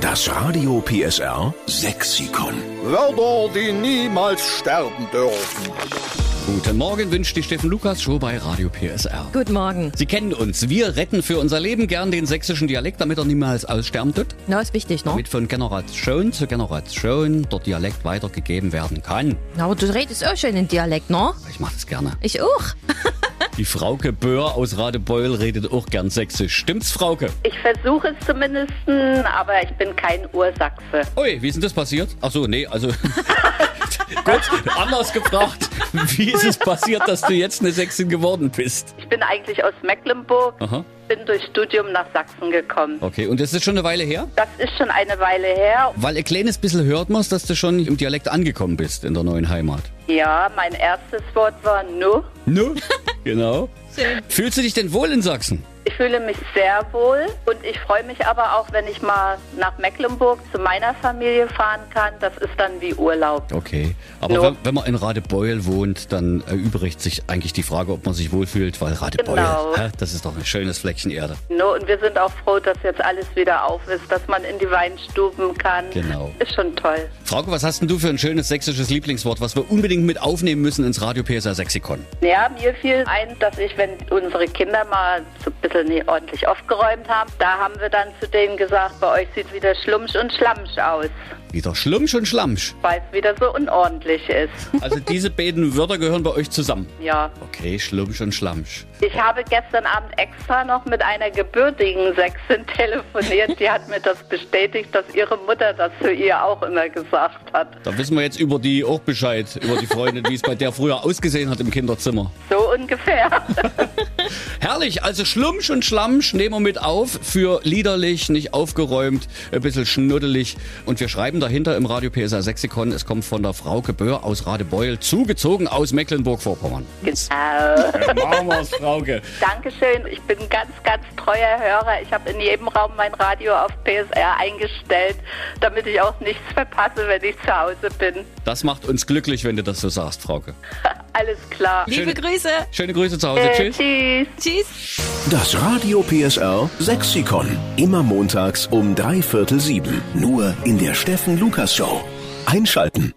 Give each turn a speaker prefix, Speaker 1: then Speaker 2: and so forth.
Speaker 1: Das Radio PSR Sexikon.
Speaker 2: Wörter, die niemals sterben dürfen.
Speaker 3: Guten Morgen wünscht die Steffen Lukas Show bei Radio PSR.
Speaker 4: Guten Morgen.
Speaker 3: Sie kennen uns. Wir retten für unser Leben gern den sächsischen Dialekt, damit er niemals aussterben tut.
Speaker 4: Na, ist wichtig, ne?
Speaker 3: Damit von Generation zu Generation der Dialekt weitergegeben werden kann.
Speaker 4: Na, aber du redest auch schön in Dialekt, ne?
Speaker 3: Ich mache das gerne.
Speaker 4: Ich auch.
Speaker 3: Die Frauke Böhr aus Radebeul redet auch gern sächsisch. Stimmt's, Frauke?
Speaker 5: Ich versuche es zumindest, aber ich bin kein Ursachse.
Speaker 3: Ui, wie ist denn das passiert? Ach so, nee, also... Gut, anders gefragt. Wie ist es passiert, dass du jetzt eine Sächsin geworden bist?
Speaker 5: Ich bin eigentlich aus Mecklenburg,
Speaker 3: Aha. Oh.
Speaker 5: bin durch Studium nach Sachsen gekommen.
Speaker 3: Okay, und das ist schon eine Weile her?
Speaker 5: Das ist schon eine Weile her.
Speaker 3: Weil ein kleines bisschen hört man dass du schon im Dialekt angekommen bist in der neuen Heimat.
Speaker 5: Ja, mein erstes Wort war Nu.
Speaker 3: Ne? Genau.
Speaker 4: Schön.
Speaker 3: Fühlst du dich denn wohl in Sachsen?
Speaker 5: Ich fühle mich sehr wohl und ich freue mich aber auch, wenn ich mal nach Mecklenburg zu meiner Familie fahren kann. Das ist dann wie Urlaub.
Speaker 3: Okay. Aber
Speaker 5: Ja.
Speaker 3: wenn, wenn man in Radebeul wohnt, dann erübrigt sich eigentlich die Frage, ob man sich wohlfühlt, weil Radebeul,
Speaker 5: Genau.
Speaker 3: hä, das ist doch ein schönes Fleckchen Erde.
Speaker 5: No, und wir sind auch froh, dass jetzt alles wieder auf ist, dass man in die Weinstuben kann.
Speaker 3: Genau.
Speaker 5: Ist schon toll.
Speaker 3: Frauke, was hast denn du für ein schönes sächsisches Lieblingswort, was wir unbedingt mit aufnehmen müssen ins Radio PSR Sexikon?
Speaker 5: Ja, mir fiel ein, dass ich, wenn unsere Kinder mal so ein bisschen ordentlich aufgeräumt haben, da haben wir dann zu denen gesagt, bei euch sieht wieder schlumsch und schlamsch aus,
Speaker 3: Wieder Schlumpsch und Schlammsch.
Speaker 5: weil es wieder so unordentlich ist.
Speaker 3: Also diese beiden Wörter gehören bei euch zusammen.
Speaker 5: Ja,
Speaker 3: Okay, Schlumpsch und Schlammsch.
Speaker 5: ich habe gestern Abend extra noch mit einer gebürtigen Sächsin telefoniert, die hat mir das bestätigt, dass ihre Mutter das zu ihr auch immer gesagt hat.
Speaker 3: Da wissen wir jetzt über die auch Bescheid, über die Freundin, wie es bei der früher ausgesehen hat im Kinderzimmer.
Speaker 5: So ungefähr.
Speaker 3: Herrlich, also Schlumpsch und Schlammsch nehmen wir mit auf für liederlich, nicht aufgeräumt, ein bisschen schnuddelig. Und wir schreiben dahinter im Radio PSA Sexikon, es kommt von der Frauke Böhr aus Radebeul, zugezogen aus Mecklenburg-Vorpommern.
Speaker 5: Genau.
Speaker 3: Machen wir's, Frauke.
Speaker 5: Dankeschön. Ich bin ein ganz, ganz treuer Hörer. Ich habe in jedem Raum mein Radio auf PSR eingestellt, damit ich auch nichts verpasse, wenn ich zu Hause bin.
Speaker 3: Das macht uns glücklich, wenn du das so sagst, Frauke.
Speaker 5: Alles klar.
Speaker 3: Schöne-
Speaker 4: Liebe Grüße.
Speaker 3: Schöne Grüße zu Hause,
Speaker 5: Äh,
Speaker 3: tschüss.
Speaker 5: tschüss.
Speaker 4: Tschüss.
Speaker 1: Das Radio PSR Sexikon. Immer montags um drei Viertel sieben. Nur in der Steffen Lukas Show. Einschalten.